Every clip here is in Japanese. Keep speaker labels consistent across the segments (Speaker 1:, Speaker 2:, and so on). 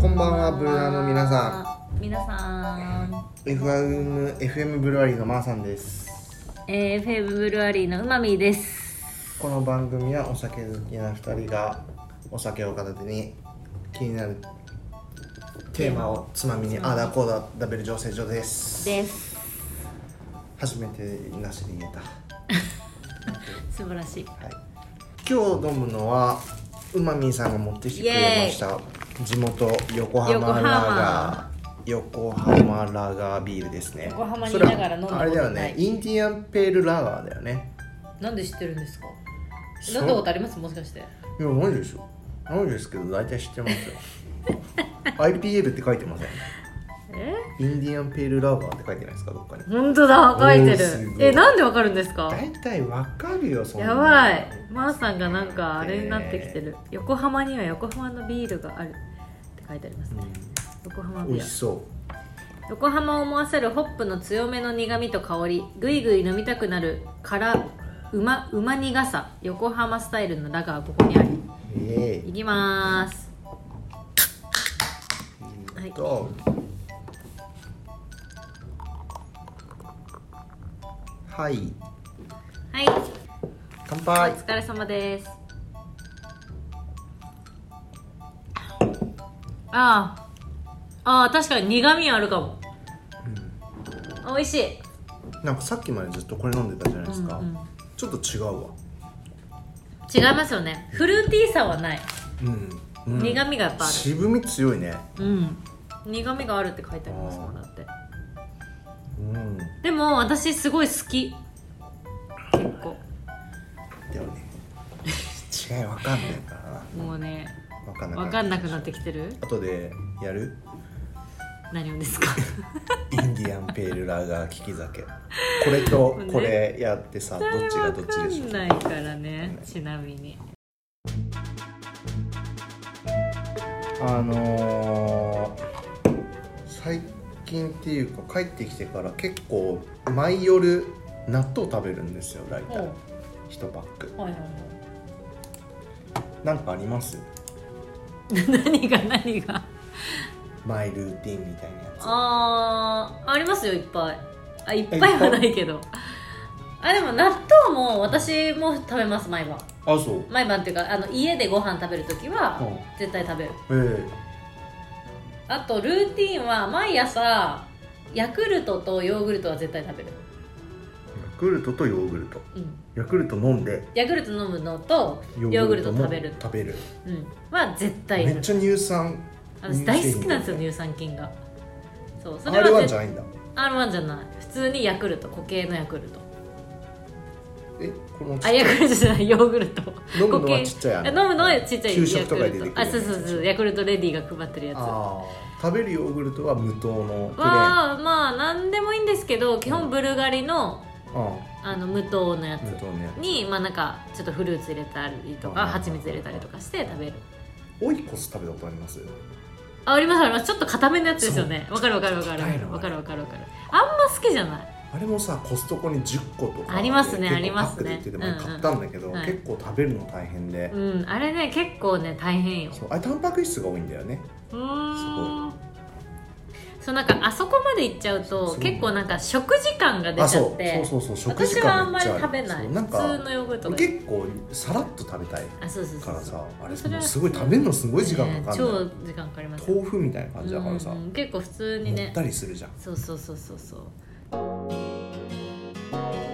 Speaker 1: こんばんはブルナーの皆さ
Speaker 2: ん皆さん
Speaker 1: ん FM, FM ブルワリーのまーさんです
Speaker 2: えー FM ブルワリーのうまみです
Speaker 1: この番組はお酒好きな2人がお酒を片手に気になるテーマをつまみにあーだこうだダブル醸成所です
Speaker 2: です
Speaker 1: 初めてなしで言えた、
Speaker 2: 素晴らしい
Speaker 1: はい、今日飲むのはうまみんさんが持ってきてくれました地元横浜
Speaker 2: 横浜
Speaker 1: ラガー横浜ラガービールですね
Speaker 2: 横浜に
Speaker 1: それはい
Speaker 2: ながら飲んだことない
Speaker 1: あれだよねインディアンペールラガーだよね
Speaker 2: なんで知ってるんですか
Speaker 1: そう
Speaker 2: 飲んだことありますもしかして
Speaker 1: いやないでしょないですけど大体知ってますよ IPL って書いてません
Speaker 2: え
Speaker 1: インディアンペールラガーって書いてないですかどっかに
Speaker 2: 本当だ書いて
Speaker 1: おーす
Speaker 2: る
Speaker 1: ごい
Speaker 2: えなんでわかるんですか
Speaker 1: 大体わかるよそんな
Speaker 2: や
Speaker 1: の
Speaker 2: ばいまー、さんがなんかあれになってきてる、横浜には横浜のビールがあるって書いてありますね横浜
Speaker 1: うん美
Speaker 2: ビ
Speaker 1: 味し
Speaker 2: ア
Speaker 1: そ
Speaker 2: 横浜を思わせるホップの強めの苦みと香りぐいぐい飲みたくなるからうまうま苦さ横浜スタイルのラガーここにあり
Speaker 1: うええ
Speaker 2: いきまーすはい
Speaker 1: とはい
Speaker 2: はい
Speaker 1: 乾
Speaker 2: お
Speaker 1: 杯
Speaker 2: 疲れ様ですああああ確かに苦みあるかも、美味しい
Speaker 1: なんかさっきまでずっとこれ飲んでたじゃないですか、
Speaker 2: うんうん
Speaker 1: ちょっと違うわ
Speaker 2: 違いますよねフルーティーさはない、
Speaker 1: うん、うん、
Speaker 2: 苦みがやっぱある
Speaker 1: 渋み強いね
Speaker 2: うん苦みがあるって書いてありますもんだって
Speaker 1: うんだ
Speaker 2: でも私すごい好き結構
Speaker 1: よね 違いわかんないから
Speaker 2: もうね
Speaker 1: なわかんな
Speaker 2: 分かんな
Speaker 1: く
Speaker 2: くなってきてる
Speaker 1: 後でやる
Speaker 2: 何をですか
Speaker 1: インディアンペールラガー利き酒これ とこれやってさどっちがどっちでしょう
Speaker 2: 分かんないからねちなみに
Speaker 1: あのー最近っていうか帰ってきてから結構毎夜納豆食べるんですよ大体1パック
Speaker 2: はいはい
Speaker 1: なんかあります
Speaker 2: はい何が何が
Speaker 1: マイルーティンみたいなやつ
Speaker 2: あーありますよいっぱいあいっぱいはないけどあでも納豆も私も食べます毎晩
Speaker 1: あそう
Speaker 2: 毎晩っていうかあの家でご飯食べる時は絶対食べる
Speaker 1: え
Speaker 2: あとルーティンは毎朝ヤクルトとヨーグルトは絶対食べる、
Speaker 1: えヤクルトとヨーグルト
Speaker 2: うん、
Speaker 1: ヤクルト飲んで
Speaker 2: ヤクルト飲むのとヨーグルト
Speaker 1: も
Speaker 2: 食べる、
Speaker 1: 食べる
Speaker 2: うん、は絶対
Speaker 1: め
Speaker 2: や
Speaker 1: っ
Speaker 2: る
Speaker 1: ちゃ乳酸
Speaker 2: 私大好きなんですよ乳酸菌がそうそれは
Speaker 1: R1
Speaker 2: 絶
Speaker 1: じゃないんだ
Speaker 2: R1 じゃない普通にヤクルト固形のヤクルト
Speaker 1: えこの
Speaker 2: あヤクルトじゃないヨーグルト
Speaker 1: 飲むのは
Speaker 2: 固形
Speaker 1: ちっちゃいあ
Speaker 2: え
Speaker 1: の
Speaker 2: 飲むのはちっちゃい
Speaker 1: 給食とか
Speaker 2: ヤ
Speaker 1: で出
Speaker 2: ク
Speaker 1: て
Speaker 2: ル
Speaker 1: く
Speaker 2: ト
Speaker 1: る
Speaker 2: あそうそうそうヤクルトレディーが配ってるやつわ
Speaker 1: あー食べるヨーグルトは無糖のプレーン
Speaker 2: あまあ何でもいいんですけど基本ブルガリの
Speaker 1: うん
Speaker 2: あの無糖のやつ
Speaker 1: 無糖のやつ
Speaker 2: にまあなんかちょっとフルーツ入れたりとか
Speaker 1: うん
Speaker 2: 蜂蜜入れたりとかして食べる
Speaker 1: オイコス食べたことあります
Speaker 2: あありますありますちょっと固めのやつですよねわかるわかるわかるわ
Speaker 1: 硬いの
Speaker 2: かるわかるわかるあんま好きじゃない
Speaker 1: あれもさコストコに10個とか
Speaker 2: あります
Speaker 1: 結
Speaker 2: ね
Speaker 1: 構
Speaker 2: あります
Speaker 1: パック
Speaker 2: ね
Speaker 1: で売ってても買ったんだけど、
Speaker 2: うんうんはい
Speaker 1: 結構食べるの大変で、
Speaker 2: うんあれね結構ね大変よ
Speaker 1: そうあれタンパク質が多いんだよね
Speaker 2: うーんそうなんかあそこまで行っちゃうと
Speaker 1: そう
Speaker 2: 結構なんか食事感が出
Speaker 1: あ
Speaker 2: ちゃ
Speaker 1: そ
Speaker 2: っ
Speaker 1: う
Speaker 2: て
Speaker 1: そうそうそう食
Speaker 2: 私
Speaker 1: 事
Speaker 2: はあ
Speaker 1: 感
Speaker 2: ん
Speaker 1: め
Speaker 2: ま
Speaker 1: っ
Speaker 2: り
Speaker 1: ちゃある
Speaker 2: 食べない
Speaker 1: そうなん
Speaker 2: 普
Speaker 1: か
Speaker 2: 通のヨーグルトがいい
Speaker 1: 結構さらっと食べたい
Speaker 2: あそうそうそ
Speaker 1: か
Speaker 2: う
Speaker 1: らさあれ
Speaker 2: それは
Speaker 1: もうすごい食べるのすごい時間かかるのよ、
Speaker 2: ね超時間かかりますよ
Speaker 1: 豆腐みたいな感じだからさ、
Speaker 2: うんうん結構普通に
Speaker 1: もっ
Speaker 2: ね
Speaker 1: たりするじゃん
Speaker 2: そうそうそうそうそう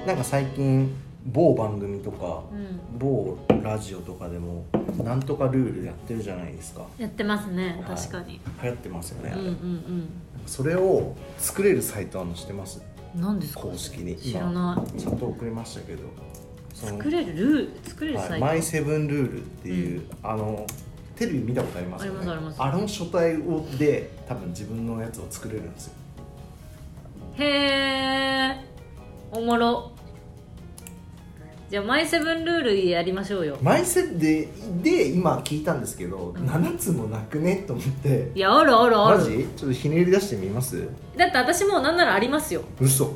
Speaker 1: なんか最近某番組とか、
Speaker 2: うん
Speaker 1: 某ラジオとかでもなんとかルールやってるじゃないですか
Speaker 2: やってますね
Speaker 1: はい
Speaker 2: 確かに、
Speaker 1: 流行ってますよね、あれ
Speaker 2: うんうん
Speaker 1: それを作れるサイトあるのしてます
Speaker 2: うん何ですか
Speaker 1: 公式に
Speaker 2: 知らな
Speaker 1: ちゃんと送りましたけどそ
Speaker 2: い
Speaker 1: の
Speaker 2: 作れるルール作れるサ
Speaker 1: は
Speaker 2: イ
Speaker 1: い、
Speaker 2: ト、
Speaker 1: マイセブンルールっていう、あのテレビ見たことありますよね
Speaker 2: ありますあり
Speaker 1: の
Speaker 2: ます
Speaker 1: 書体をで多分自分のやつを作れるんですよ
Speaker 2: へえおもろじゃあマイセブンルールやりましょうよ
Speaker 1: マイセでで今聞いたんですけど、7つもなくねと思って
Speaker 2: いやあるあるあ
Speaker 1: マ
Speaker 2: る
Speaker 1: ジちょっとひねり出してみます
Speaker 2: だって私もなんならありますよ、
Speaker 1: 嘘
Speaker 2: うん、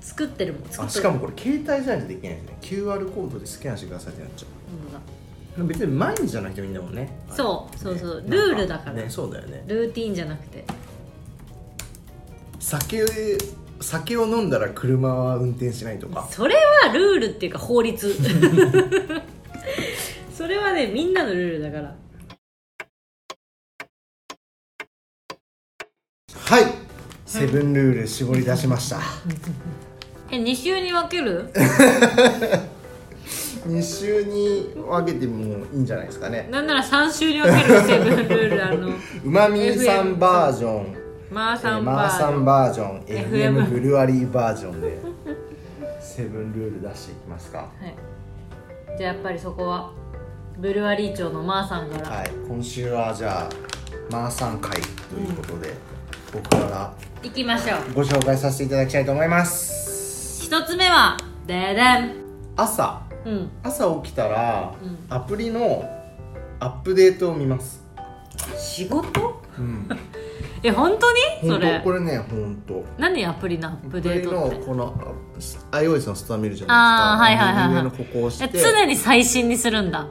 Speaker 2: 作ってるもん作って
Speaker 1: あ
Speaker 2: る
Speaker 1: しかもこれ携帯じゃないとできないですね QR コードでスキャンしてくださいってなっちゃう
Speaker 2: 本当だ
Speaker 1: 別に毎日じゃなくてもいいんだもんねあれ
Speaker 2: そうそうそう
Speaker 1: ね
Speaker 2: ルールだから
Speaker 1: なんねそうだよね
Speaker 2: ルーティンじゃなくて
Speaker 1: 酒酒を飲んだら車は運転しないとか
Speaker 2: それはルールっていうか法 律それはねみんなのルールだから
Speaker 1: はいセブンルール絞り出しました
Speaker 2: え2週に分ける
Speaker 1: 2週に分けてもいいんじゃないですかね
Speaker 2: なんなら3週に分けるセブンルールあ の
Speaker 1: うまみさんバージョン
Speaker 2: マー
Speaker 1: え
Speaker 2: サ
Speaker 1: ー
Speaker 2: ン
Speaker 1: マ
Speaker 2: バ
Speaker 1: ーサ
Speaker 2: ー
Speaker 1: ンバージョン
Speaker 2: FM
Speaker 1: FM ブルワリーバージョンでセブンルール出していきますか
Speaker 2: はい、じゃあやっぱりそこはブルワリー長のマーさんから、
Speaker 1: はい今週はじゃあマーさん会ということで、僕から
Speaker 2: い、きましょう
Speaker 1: ご紹介させていただきたいと思います
Speaker 2: 一つ目はででん
Speaker 1: 朝
Speaker 2: うん
Speaker 1: 朝起きたら、
Speaker 2: うん
Speaker 1: アプリのアップデートを見ます
Speaker 2: 仕事
Speaker 1: うん
Speaker 2: え本当にそ
Speaker 1: 本当
Speaker 2: れ
Speaker 1: これね本当
Speaker 2: 何アプリのアップデート
Speaker 1: ア
Speaker 2: っ
Speaker 1: プリの
Speaker 2: て
Speaker 1: このあす iOS のストア見るじゃ
Speaker 2: あー
Speaker 1: な
Speaker 2: はいい
Speaker 1: です
Speaker 2: はい
Speaker 1: か
Speaker 2: はいはい
Speaker 1: 右上のここを押
Speaker 2: え
Speaker 1: して
Speaker 2: 常に最新にするんだ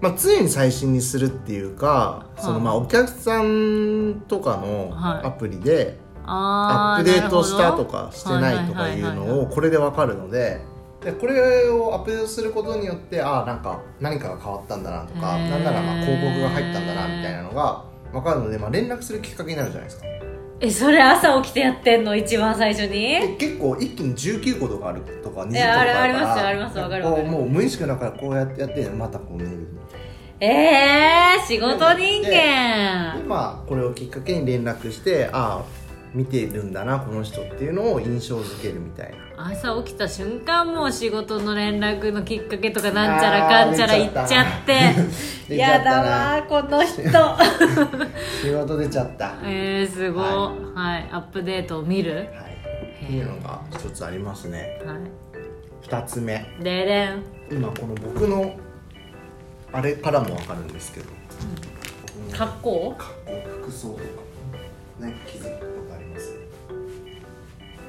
Speaker 1: まあ、常に最新にするっていうか、
Speaker 2: い
Speaker 1: そのまあお客さんとかの
Speaker 2: はい
Speaker 1: アプリで
Speaker 2: あ
Speaker 1: アッ
Speaker 2: ー
Speaker 1: プデートしたと
Speaker 2: なる
Speaker 1: か
Speaker 2: ほど
Speaker 1: してないとかいう
Speaker 2: ははは
Speaker 1: の
Speaker 2: は
Speaker 1: をこれでわかるのででこれをアップデートすることによってああんか何かが変わったんだなとか
Speaker 2: へー
Speaker 1: なんならまあ広告が入ったんだなみたいなのがわかるので、まあ、連絡するきっかけになるじゃないですか
Speaker 2: えそれ朝起きてやってんの一番最初に
Speaker 1: で結構一気に19個とかあるとか20個と
Speaker 2: いや
Speaker 1: かあるから
Speaker 2: あるありますよありますわかるわか
Speaker 1: こ
Speaker 2: る
Speaker 1: うもう無意識の中でこうやってやってまたこう寝る
Speaker 2: えー、仕事人
Speaker 1: で
Speaker 2: 間
Speaker 1: まあこれをきっかけに連絡してああ見てるんだなこの人っていうのを印象づけるみたいな
Speaker 2: 朝起きた瞬間もう仕事の連絡のきっかけとかなんちゃらかんちゃら言っちゃって
Speaker 1: 出ちゃ
Speaker 2: や
Speaker 1: ったな
Speaker 2: だわーこの人
Speaker 1: 仕事出ちゃったは
Speaker 2: えー、すごい、はいアップデートを見る
Speaker 1: いっていうのが一つありますね
Speaker 2: は
Speaker 1: 二つ目
Speaker 2: いででん
Speaker 1: 今この僕のあれからもわかるんですけど
Speaker 2: 格好
Speaker 1: 格好服装とかなんか気づくことありますね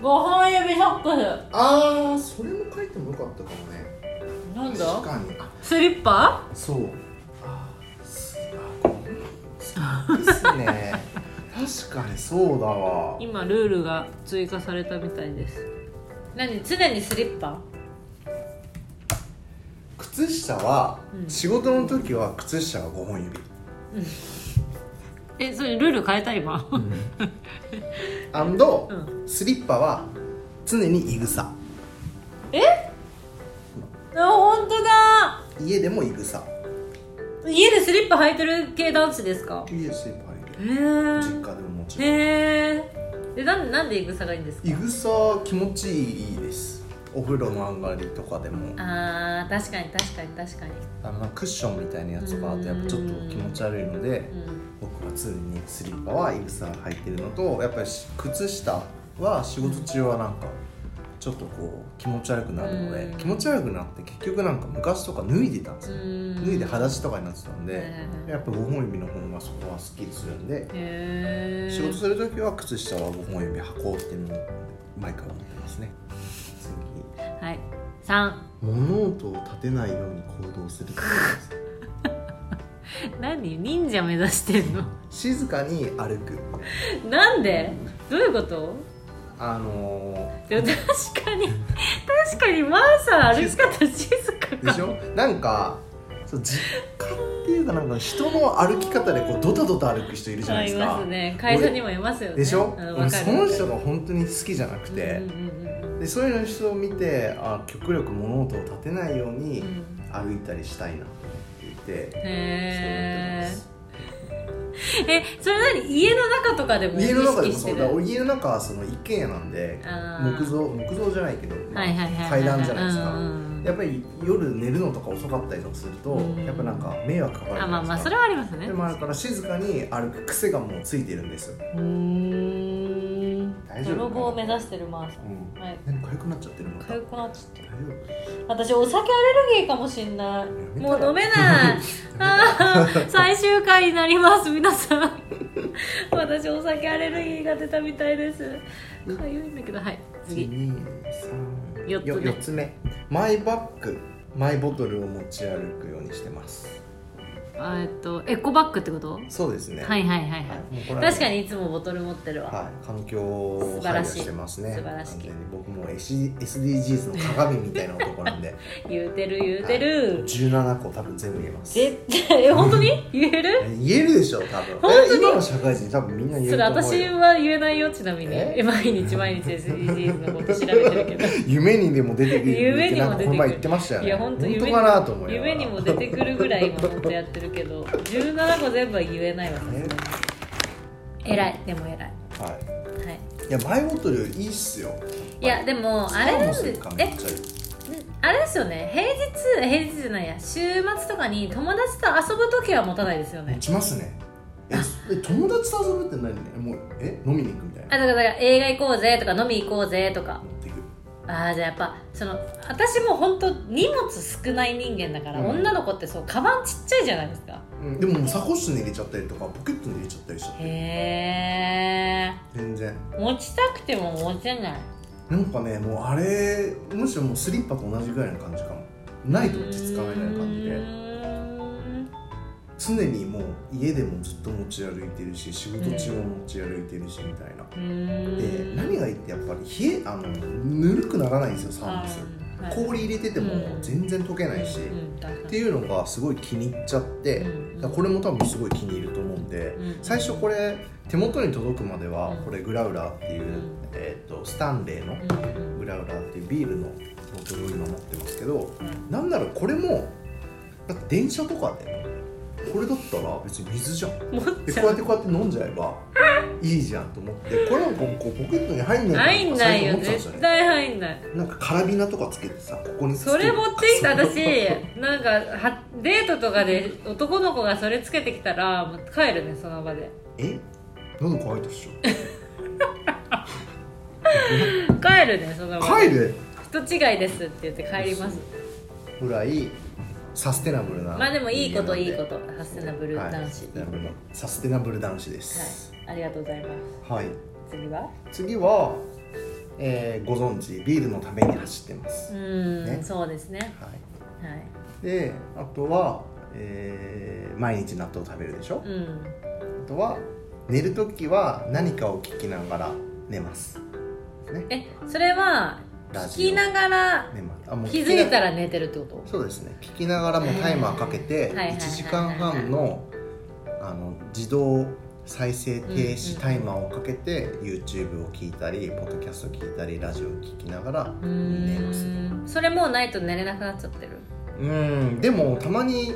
Speaker 2: 5本指ソック
Speaker 1: ああそれも書いてもよかったかもね
Speaker 2: スなん
Speaker 1: 確
Speaker 2: だ
Speaker 1: かにあ
Speaker 2: スリッパ
Speaker 1: そう。あーすあこ れですね。確かにそうだわ。
Speaker 2: 今ルールが追加されたみたいです何常にスリッパ
Speaker 1: 靴下は、
Speaker 2: うん
Speaker 1: 仕事の時は靴下が5本指。
Speaker 2: えそれルール変えた今
Speaker 1: アンド、
Speaker 2: う
Speaker 1: スリッパは常にイグサ。
Speaker 2: あ本当だ
Speaker 1: 家でもイグサ。
Speaker 2: 家でスリッパ履いてる系男子ですか
Speaker 1: 家でスリッパ入
Speaker 2: へ
Speaker 1: れる。実
Speaker 2: ー
Speaker 1: 家でももちろん。
Speaker 2: へーえなんなんでイグサがいいんですか
Speaker 1: イグサ気持ちいいです。お風呂の上がりとかでも、
Speaker 2: あー確かに確かに確かに
Speaker 1: あのクッションみたいなやつとかあってやっぱちょっと気持ち悪いので。
Speaker 2: うん
Speaker 1: 僕は常にスリッパはイグサ履いてるのとやっぱりし靴下は仕事中はなんかちょっとこう気持ち悪くなるので
Speaker 2: うん
Speaker 1: 気持ち悪くなって結局なんか昔とか脱いでたんですよ脱いで裸足とかになってたんで
Speaker 2: へ
Speaker 1: やっぱ5本指の方がそこはスッキリするんで
Speaker 2: え
Speaker 1: 仕事する時は靴下は5本指履こうっていうのを毎回思ってますね次
Speaker 2: はい三
Speaker 1: 物音を立てないように行動するってことです
Speaker 2: 何忍者目指してんの
Speaker 1: 静かに歩く
Speaker 2: なんでどういうこと
Speaker 1: あのー
Speaker 2: でも確かに確かにマーサー歩き方静 か
Speaker 1: で
Speaker 2: か
Speaker 1: しょなんかそう実家っていうかなんか人の歩き方でこうドタドタ歩く人いるじゃない
Speaker 2: い
Speaker 1: ですか
Speaker 2: ますね会社にもいますよね
Speaker 1: でしょ、
Speaker 2: うん
Speaker 1: 俺
Speaker 2: わかる
Speaker 1: その人が本当に好きじゃなくて、
Speaker 2: うんうんうんうん
Speaker 1: でそういう人を見てあ極力物音を立てないように
Speaker 2: うん
Speaker 1: 歩いたりしたいなと思っていて、そうやって
Speaker 2: へー
Speaker 1: ます
Speaker 2: えそれ何家の中とかでも意
Speaker 1: 家の中でも
Speaker 2: 識し
Speaker 1: そ
Speaker 2: て
Speaker 1: う
Speaker 2: る
Speaker 1: だ俺家の中はその一軒家なんで
Speaker 2: あー
Speaker 1: 木造木造じゃないけど、まあ
Speaker 2: はいはいはいはい
Speaker 1: 階段じゃないですか、
Speaker 2: うんうんうん
Speaker 1: やっぱり夜寝るのとか遅かったりとかすると、
Speaker 2: うん
Speaker 1: やっぱなんか迷惑かかるじゃないですか
Speaker 2: あまあまあそれはありますね
Speaker 1: でもあるから静かに歩く癖がもうついてるんですよ、
Speaker 2: うーん
Speaker 1: 大丈夫
Speaker 2: 泥棒を目指してるマーサ
Speaker 1: うん
Speaker 2: ーはい
Speaker 1: 何かゆくなっちゃってるのか
Speaker 2: か
Speaker 1: 大
Speaker 2: ゆ
Speaker 1: 丈
Speaker 2: くなっちゃって
Speaker 1: 夫
Speaker 2: 私お酒アレルギーかもしんない
Speaker 1: めた
Speaker 2: もう
Speaker 1: ら
Speaker 2: 飲めない あー最終回になります皆さん私お酒アレルギーが出たみたいですかゆいんだけどはい次
Speaker 1: 123
Speaker 2: 四つ目
Speaker 1: 四つ目マイバッグマイボトルを持ち歩くようにしてます
Speaker 2: あえっとエコバッグってこと、
Speaker 1: そうですね
Speaker 2: はいはいはいはい、
Speaker 1: はいもうこれは
Speaker 2: 確かにいつもボトル持ってるわ、
Speaker 1: はい、環境を配慮してますね
Speaker 2: 素晴らしい
Speaker 1: 完全に僕も SD SDGs の鏡みたいな男なん で
Speaker 2: 言うてる言うてる、
Speaker 1: 17個多分全部言えます
Speaker 2: 絶対え本当に言える
Speaker 1: 言えるでしょ多分
Speaker 2: 本当
Speaker 1: え
Speaker 2: に
Speaker 1: 今の社会人多分みんな言え
Speaker 2: そ
Speaker 1: る
Speaker 2: れ
Speaker 1: と思うよ
Speaker 2: 私は言えないよちなみに
Speaker 1: え
Speaker 2: え毎日毎日 SDGs のこと調べてるけど
Speaker 1: 夢にでも出てくる
Speaker 2: 夢にも
Speaker 1: なんか
Speaker 2: 出て
Speaker 1: こ
Speaker 2: くる
Speaker 1: の前言ってましたよね
Speaker 2: いや本当夢に
Speaker 1: かなと思いながら
Speaker 2: 夢にも出てくるぐらい今本当やってるけど17個全部は言えないわさすがに偉いでも偉い
Speaker 1: は
Speaker 2: はい
Speaker 1: いいやマイボトルいいっすよ
Speaker 2: いやでもあれなん
Speaker 1: サーモ
Speaker 2: で
Speaker 1: スかめ
Speaker 2: え
Speaker 1: っちゃいい
Speaker 2: あれですよね平日平日じゃないや週末とかに友達と遊ぶ時は持たないですよね
Speaker 1: 持ちますねええ友達と遊ぶって何もうえ飲みに行くみたい
Speaker 2: あ
Speaker 1: な
Speaker 2: だからだから映画行こうぜとか飲み行こうぜとか
Speaker 1: 持ってく
Speaker 2: あーじゃあやっぱその私も本当荷物少ない人間だから、
Speaker 1: うん
Speaker 2: 女の子ってそうカバンちっちゃいじゃないですか
Speaker 1: うんでももうサコッシュに入れちゃったりとかポケットに入れちゃったりしちゃって
Speaker 2: へえ
Speaker 1: 全然
Speaker 2: 持ちたくても持てない
Speaker 1: なんかねもうあれむしろもうスリッパと同じぐらいの感じかもないと落ち着かないみたいな感じ
Speaker 2: う
Speaker 1: で
Speaker 2: ーん
Speaker 1: 常にもう家でもずっと持ち歩いてるし仕事中も持ち歩いてるしみたいな、
Speaker 2: うー
Speaker 1: で
Speaker 2: ん
Speaker 1: 何がいいってやっぱり冷えあのぬるくならないんですよサーモス
Speaker 2: あーはい
Speaker 1: 氷入れてても全然溶けないし、
Speaker 2: うんうん
Speaker 1: っていうのがすごい気に入っちゃって、
Speaker 2: うん
Speaker 1: だからこれも多分すごい気に入ると思うんで、
Speaker 2: うん
Speaker 1: 最初これ手元に届くまでは
Speaker 2: うん
Speaker 1: これグラウラーっていう、
Speaker 2: うん
Speaker 1: えー、とスタンレーの
Speaker 2: うん
Speaker 1: グラウラーっていうビールのボトルを今持ってますけどなんならこれもなんか電車とかでこれだったら別に水じゃん
Speaker 2: 持っ
Speaker 1: で
Speaker 2: ち
Speaker 1: こうや
Speaker 2: ゃう
Speaker 1: ってこうやって飲んじゃえばいいじゃんと思ってこれなんかもうこうポケットに入んない
Speaker 2: 入ん
Speaker 1: か
Speaker 2: ない
Speaker 1: 最近
Speaker 2: よ
Speaker 1: 思ってたんですよ
Speaker 2: 絶
Speaker 1: ね
Speaker 2: 対入んない
Speaker 1: なんかカラビナとかつけてさここにつけ
Speaker 2: それ持ってきた
Speaker 1: そう
Speaker 2: 私なんかはデートとかで男の子がそれつけてきたらもう帰るねその場で
Speaker 1: え喉乾いたっしょ
Speaker 2: 帰るねその場で
Speaker 1: 帰る
Speaker 2: 人違いですって言って帰ります
Speaker 1: ぐらいサステナブルな
Speaker 2: まあでもいいこといいこととサステナブル男子はい、
Speaker 1: サステナブル男子です
Speaker 2: ありがとうございます
Speaker 1: はい、
Speaker 2: 次は
Speaker 1: 次は、えーご存知ビールのために走ってます、
Speaker 2: うーん、
Speaker 1: ね
Speaker 2: そうですね
Speaker 1: は
Speaker 2: はい
Speaker 1: い、であとは、えー毎日納豆食べるでしょ、
Speaker 2: うん
Speaker 1: あとは寝る時は何かを聞きながら寝ますね
Speaker 2: えそれは
Speaker 1: ラ
Speaker 2: 聞
Speaker 1: ジオ
Speaker 2: きながら
Speaker 1: 寝ますあもう
Speaker 2: 気
Speaker 1: 聞きな
Speaker 2: づいたら寝てるってこと
Speaker 1: そうですね聞きながらもタイマーかけて
Speaker 2: はいはいはい
Speaker 1: 1時間半のあの自動再生停止タイマーをかけて YouTube を聞いたりポッドキャストを聞いたりラジオを聞きながら
Speaker 2: う
Speaker 1: 寝ます
Speaker 2: ーんそれもうないと寝れなくなっちゃってる
Speaker 1: うんでもたまに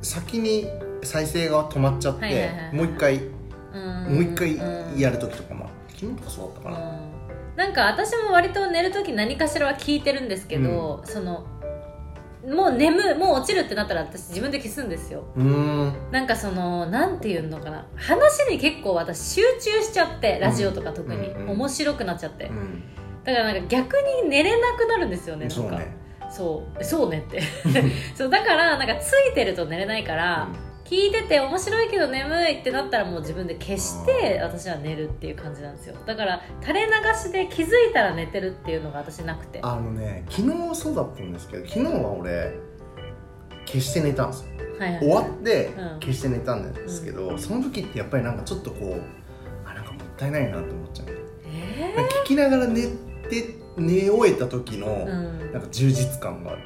Speaker 1: 先に再生が止まっちゃっ
Speaker 2: はいはいは
Speaker 1: て
Speaker 2: いはい
Speaker 1: もう一回も
Speaker 2: も
Speaker 1: う一回やる時とかも昨日とかそうだったかな
Speaker 2: うんなんか私も割と寝る時何かしらは聞いてるんですけど、そのもう眠もう落ちるってなったら私自分で消すんですよ
Speaker 1: うん
Speaker 2: なんかそのなんていうのかな話に結構私集中しちゃってラジオとか特に、
Speaker 1: うんうん
Speaker 2: 面白くなっちゃって、
Speaker 1: うん
Speaker 2: だからなんか逆に寝れなくなるんですよねなん
Speaker 1: そう
Speaker 2: か
Speaker 1: ね
Speaker 2: そうそうねって そうだからなんかついてると寝れないから、聞いてて面白いけど眠いってなったらもう自分で消して私は寝るっていう感じなんですよだから垂れ流しで気づいたら寝てるっていうのが私なくて
Speaker 1: あのね昨日はそうだったんですけど昨日は俺消して寝たんですよ
Speaker 2: はいはい
Speaker 1: 終わって
Speaker 2: うん
Speaker 1: 消して寝たんですけど、その時ってやっぱりなんかちょっとこうあなんかもったいないなと思っちゃう
Speaker 2: え
Speaker 1: なんか聞きながら寝て寝終えた時の、
Speaker 2: ーうん
Speaker 1: なんか充実感がある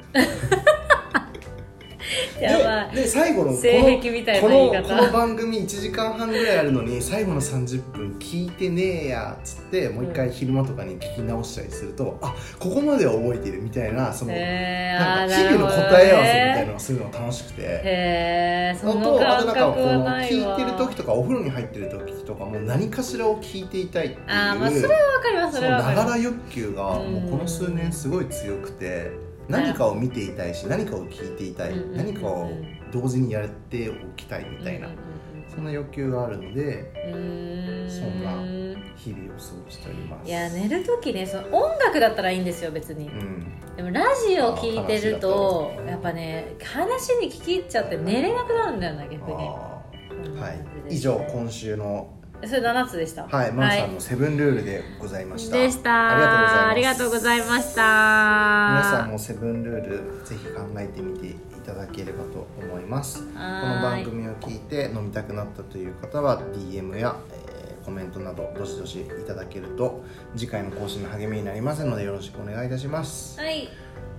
Speaker 2: やばい
Speaker 1: でで最後のこ
Speaker 2: 性
Speaker 1: の
Speaker 2: 癖みたい
Speaker 1: こ
Speaker 2: な言い
Speaker 1: のこの
Speaker 2: 方
Speaker 1: 番組1時間半ぐらいあるのに最後の30分聞いてねえやっつってもう一回昼間とかに聞き直したりすると、あここまでは覚えてるみたいなその、
Speaker 2: えー、
Speaker 1: な
Speaker 2: あ
Speaker 1: ん
Speaker 2: ー
Speaker 1: か日
Speaker 2: なる
Speaker 1: 々の
Speaker 2: ほど
Speaker 1: 答え合わせみたいな
Speaker 2: ね
Speaker 1: のをするのが楽しくて。
Speaker 2: へえー、そ
Speaker 1: の
Speaker 2: の
Speaker 1: とあ
Speaker 2: 感
Speaker 1: となん
Speaker 2: 覚
Speaker 1: かこう
Speaker 2: はない
Speaker 1: 聞い
Speaker 2: わ
Speaker 1: てる時とかお風呂に入ってる時とかもう何かしらを聞いていたいっていう
Speaker 2: あーまあそれはわかりま
Speaker 1: そ
Speaker 2: すそ
Speaker 1: の
Speaker 2: れは
Speaker 1: な
Speaker 2: わか
Speaker 1: が
Speaker 2: りま
Speaker 1: ら
Speaker 2: す
Speaker 1: 欲求が
Speaker 2: うん
Speaker 1: もうこの数年すごい強くて何かを見ていたいし何かを聞いていたい
Speaker 2: うん
Speaker 1: 何かを同時にやっておきたいみたいな
Speaker 2: うんうんうん
Speaker 1: そんな欲求があるので
Speaker 2: うーん
Speaker 1: そんな日々を過ごしております
Speaker 2: いや寝る時ねその音楽だったらいいんですよ別に、
Speaker 1: うん
Speaker 2: でもラジオ聞いてるとやっぱね話に聞き入っちゃって寝れなくなるんだよな逆に
Speaker 1: あーはい
Speaker 2: うん
Speaker 1: 以上今週の
Speaker 2: それ7つでした
Speaker 1: はい、マンさんのセブンルールでございました。
Speaker 2: でした
Speaker 1: ありがとうございます。
Speaker 2: ありが
Speaker 1: 皆さん
Speaker 2: とうございま
Speaker 1: もセブンルールぜひ考えてみていただければと思います。こ
Speaker 2: した
Speaker 1: の
Speaker 2: はー
Speaker 1: 番
Speaker 2: い
Speaker 1: 組を聞いて飲みたくなったという方は DM や、えーコメントなどどしどしいただけると次回の更新の励みになりますのでよろしくお願いいたします。
Speaker 2: はい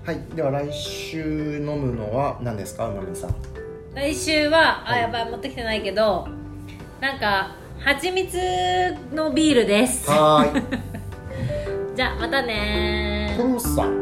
Speaker 1: はい、では来週飲むのは何ですか、うまみさん。
Speaker 2: 来週はあ
Speaker 1: はい
Speaker 2: やばい持ってきてないけどなんか蜂蜜のビールです
Speaker 1: はーい、
Speaker 2: じゃあまたねー
Speaker 1: トロさん。